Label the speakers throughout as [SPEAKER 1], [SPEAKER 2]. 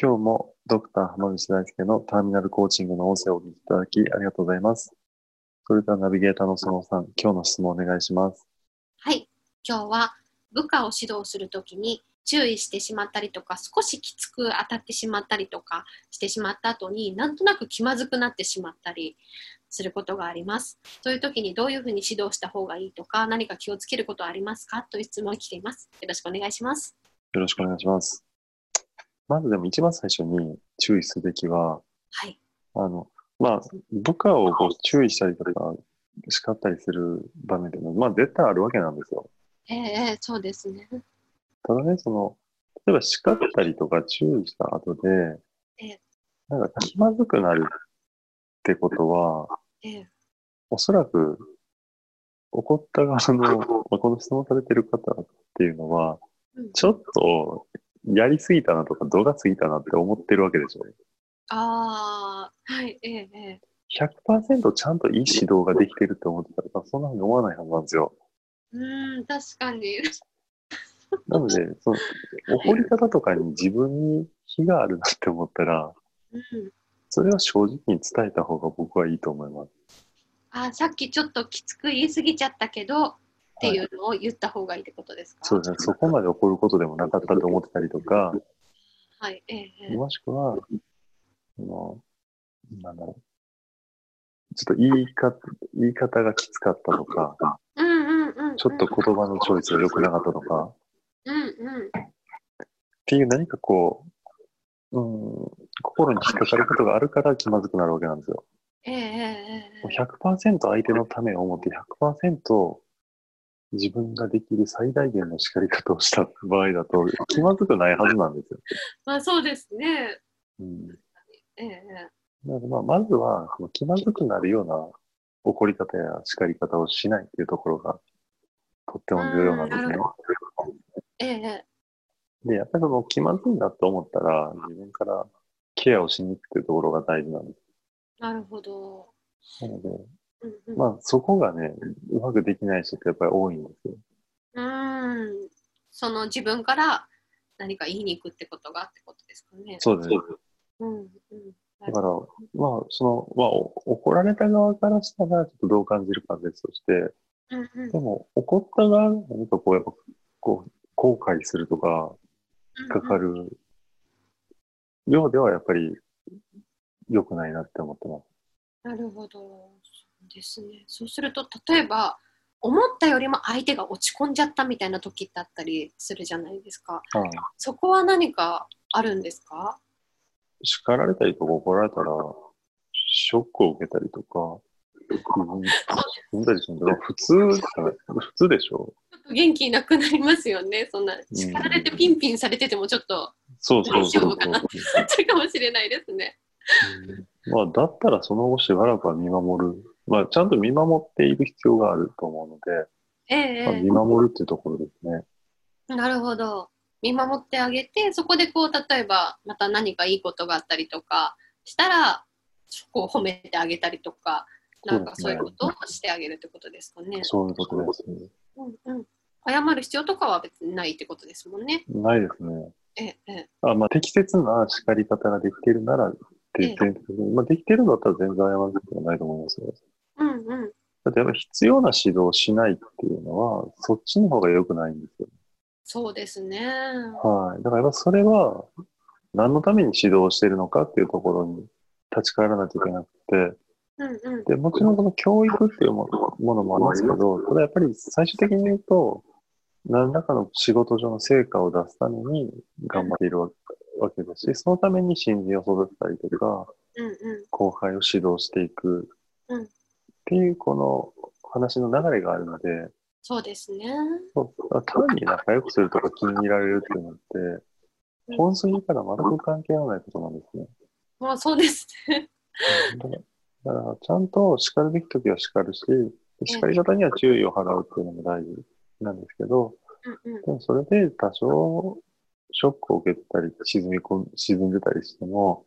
[SPEAKER 1] 今日もドクター浜口大輔のターミナルコーチングの音声をお聞きいただきありがとうございます。それではナビゲーターのそのさん、今日の質問お願いします。
[SPEAKER 2] はい、今日は部下を指導するときに注意してしまったりとか少しきつく当たってしまったりとかしてしまった後になんとなく気まずくなってしまったりすることがありますそういう時にどういうふうに指導した方がいいとか何か気をつけることはありますかという質問を来ていますよろしくお願いします
[SPEAKER 1] よろしくお願いします。まずでも一番最初に注意すべきは、
[SPEAKER 2] はい
[SPEAKER 1] あの、まあ、部下をこう注意したりとか、叱ったりする場面でも、まあ絶対あるわけなんですよ。
[SPEAKER 2] ええそうですね
[SPEAKER 1] ただね、その、例えば叱ったりとか注意した後で
[SPEAKER 2] ええ、
[SPEAKER 1] なんか気まずくなるってことは、
[SPEAKER 2] ええ
[SPEAKER 1] おそらく、怒った側 の、まあこの質問されてる方っていうのは、
[SPEAKER 2] うん
[SPEAKER 1] ちょっと、やりすぎたなとか、度が過ぎたなって思ってるわけでしょ。
[SPEAKER 2] ああはいええええ
[SPEAKER 1] 100%ちゃんといい指導ができてるって思ってたら、そんなふうに思わないはずなんですよ。
[SPEAKER 2] うーん確かに
[SPEAKER 1] なので、その、怒り方とかに自分に非があるなって思ったら、
[SPEAKER 2] うん
[SPEAKER 1] それは正直に伝えた方が僕はいいと思います。
[SPEAKER 2] あーさっきちょっときつく言い過ぎちゃったけどっていうのを言った方がいいってことですか、
[SPEAKER 1] そうですね。そこまで怒ることでもなかったと思ってたりとか、
[SPEAKER 2] はい、ええええ
[SPEAKER 1] もしくは、その、なんだろう。ちょっと言い方、言い方がきつかったとか、
[SPEAKER 2] うんうんうん。
[SPEAKER 1] ちょっと言葉のチョイスが良くなかったとか、っ
[SPEAKER 2] うんうん。
[SPEAKER 1] ていう何かこう、うん、心に引っかかることがあるから気まずくなるわけなんですよ。
[SPEAKER 2] ええええええ
[SPEAKER 1] 100%相手のためを思って100%自分ができる最大限の叱り方をした場合だと気まずくないはずなんですよ。
[SPEAKER 2] まあそうですね。
[SPEAKER 1] うん、
[SPEAKER 2] えええ
[SPEAKER 1] なのでまあまずはその気まずくなるような怒り方や叱り方をしないっていうところがとっても重要なんです
[SPEAKER 2] うんな
[SPEAKER 1] ね
[SPEAKER 2] る。ええええ
[SPEAKER 1] で、やっぱりその気まずいなと思ったら自分からケアをしに行くっていうところが大事なんで
[SPEAKER 2] なるほど。
[SPEAKER 1] す。なので、
[SPEAKER 2] うんうん。
[SPEAKER 1] まあそこがね、うまくできない人ってやっぱり多いんですよ。
[SPEAKER 2] うーん。その自分から何か言いに行くってことがってことですかね。
[SPEAKER 1] そうです。
[SPEAKER 2] うんうん。
[SPEAKER 1] だ
[SPEAKER 2] な
[SPEAKER 1] から、
[SPEAKER 2] るほど
[SPEAKER 1] まあ、その、まあ、お怒られた側からしたら、ちょっとどう感じるかは別として、
[SPEAKER 2] うんうん
[SPEAKER 1] でも、怒った側が何かこう、やっぱ、こう、後悔するとか、引っかかるようでは、やっぱり、良くないなって思ってます。
[SPEAKER 2] なるほど。そうですね。そうすると、例えば、思ったよりも相手が落ち込んじゃったみたいな時だったりするじゃないですか。
[SPEAKER 1] はい
[SPEAKER 2] そこは何かあるんですか
[SPEAKER 1] 叱られたりとか怒られたら、ショックを受けたりとか、うん、見たりするんだけど普通じゃない普通でしょ
[SPEAKER 2] 元気なくなりますよね。そんな叱られてピンピンされててもちょっと
[SPEAKER 1] そうそうそうそう。
[SPEAKER 2] なっちゃうかもしれないですね。
[SPEAKER 1] まあ、だったらその後しばらくは見守る。まあ、ちゃんと見守っている必要があると思うので、
[SPEAKER 2] え
[SPEAKER 1] まあ、
[SPEAKER 2] え
[SPEAKER 1] 見守るっていうところですね。
[SPEAKER 2] なるほど。見守ってあげて、そこでこう例えばまた何かいいことがあったりとかしたら、そこを褒めてあげたりとか、なんかそういうことをしてあげるってことですかね。
[SPEAKER 1] そういうことですね。
[SPEAKER 2] うんうん。謝る必要とかは別にないってことですもんね。
[SPEAKER 1] ないですね。
[SPEAKER 2] ええええ
[SPEAKER 1] あまあ、適切な叱り方ができてるならっていう前提で、まあ、できてるんだったら全然謝ることはないと思いますよ。
[SPEAKER 2] うんうん。
[SPEAKER 1] だってやっぱり必要な指導をしないっていうのは、そっちの方が良くないんですよ。
[SPEAKER 2] そうですね。
[SPEAKER 1] はい。だからやっぱそれは、何のために指導をしてるのかっていうところに立ち返らなきゃいけなくて、
[SPEAKER 2] うんうん。
[SPEAKER 1] で、もちろんこの教育っていうもものもありますけど、ただやっぱり最終的に言うと、何らかの仕事上の成果を出すために頑張っているわわけだし、そのために新人を育てたりとか、
[SPEAKER 2] うんう
[SPEAKER 1] 後輩を指導していく
[SPEAKER 2] うん
[SPEAKER 1] っていうこの話の流れがあるので、
[SPEAKER 2] そうですね。
[SPEAKER 1] そう単に仲良くするとか気に入られるっていうのって、本筋から全く関係のないことなんですね。
[SPEAKER 2] まあそうですね。
[SPEAKER 1] だから、ちゃんと叱るべき時は叱るし、叱り方には注意を払うっていうのも大事なんですけど、
[SPEAKER 2] うんうん
[SPEAKER 1] でもそれで多少ショックを受けたり、沈み込ん沈んでたりしても、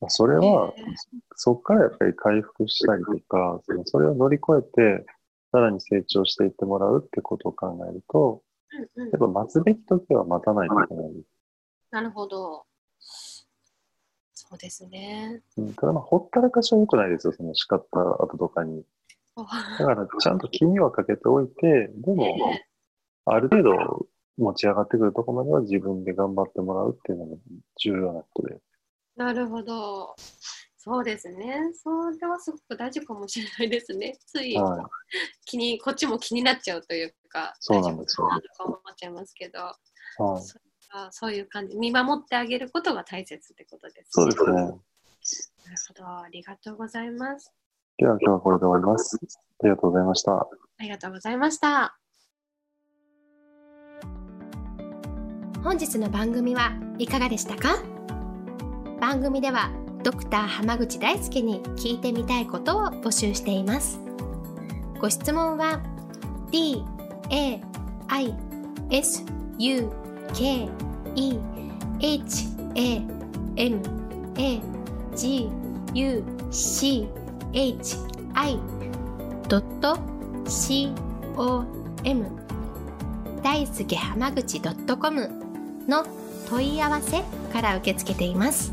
[SPEAKER 1] まあそれは
[SPEAKER 2] ええ、
[SPEAKER 1] そこからやっぱり回復したりとか、そのそれを乗り越えて、さらに成長していってもらうってことを考えると、
[SPEAKER 2] うんうん
[SPEAKER 1] やっぱ待つべき時は待たないといけないです。
[SPEAKER 2] なるほど。そうですね。
[SPEAKER 1] うん、ただまあ、ほったらかしは良くないですよ、その叱った後とかに。だから、ちゃんと気にはかけておいて、でも、ある程度持ち上がってくるとこまでは自分で頑張ってもらうっていうのが重要なことで。
[SPEAKER 2] なるほど。そうですね。それはすごく大事かもしれないですね。つい
[SPEAKER 1] はい。
[SPEAKER 2] 気に、こっちも気になっちゃうというか、
[SPEAKER 1] そうなんですよ
[SPEAKER 2] 大丈夫かなとか思っちゃいますけど、
[SPEAKER 1] はい、
[SPEAKER 2] あそういう感じ、見守ってあげることが大切ってことですね。
[SPEAKER 1] そうですね。
[SPEAKER 2] なるほど。ありがとうございます。
[SPEAKER 1] では今日はこれで終わります。ありがとうございました。
[SPEAKER 2] ありがとうございました。
[SPEAKER 3] 本日の番組はいかがでしたか番組ではドクター濱口大輔に聞いてみたいことを募集していますご質問は d a i s u k e h a m a g u c h i c o m 大輔濱口 .com の問い合わせから受け付けています